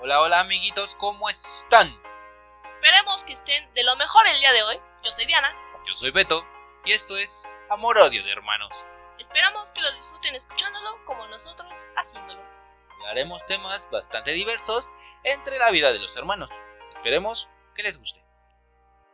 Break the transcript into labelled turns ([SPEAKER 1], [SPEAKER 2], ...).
[SPEAKER 1] Hola, hola amiguitos, ¿cómo están?
[SPEAKER 2] Esperemos que estén de lo mejor el día de hoy. Yo soy Diana.
[SPEAKER 1] Yo soy Beto y esto es Amor-Odio de Hermanos.
[SPEAKER 2] Esperamos que lo disfruten escuchándolo como nosotros haciéndolo.
[SPEAKER 1] Hablaremos temas bastante diversos entre la vida de los hermanos. Esperemos que les guste.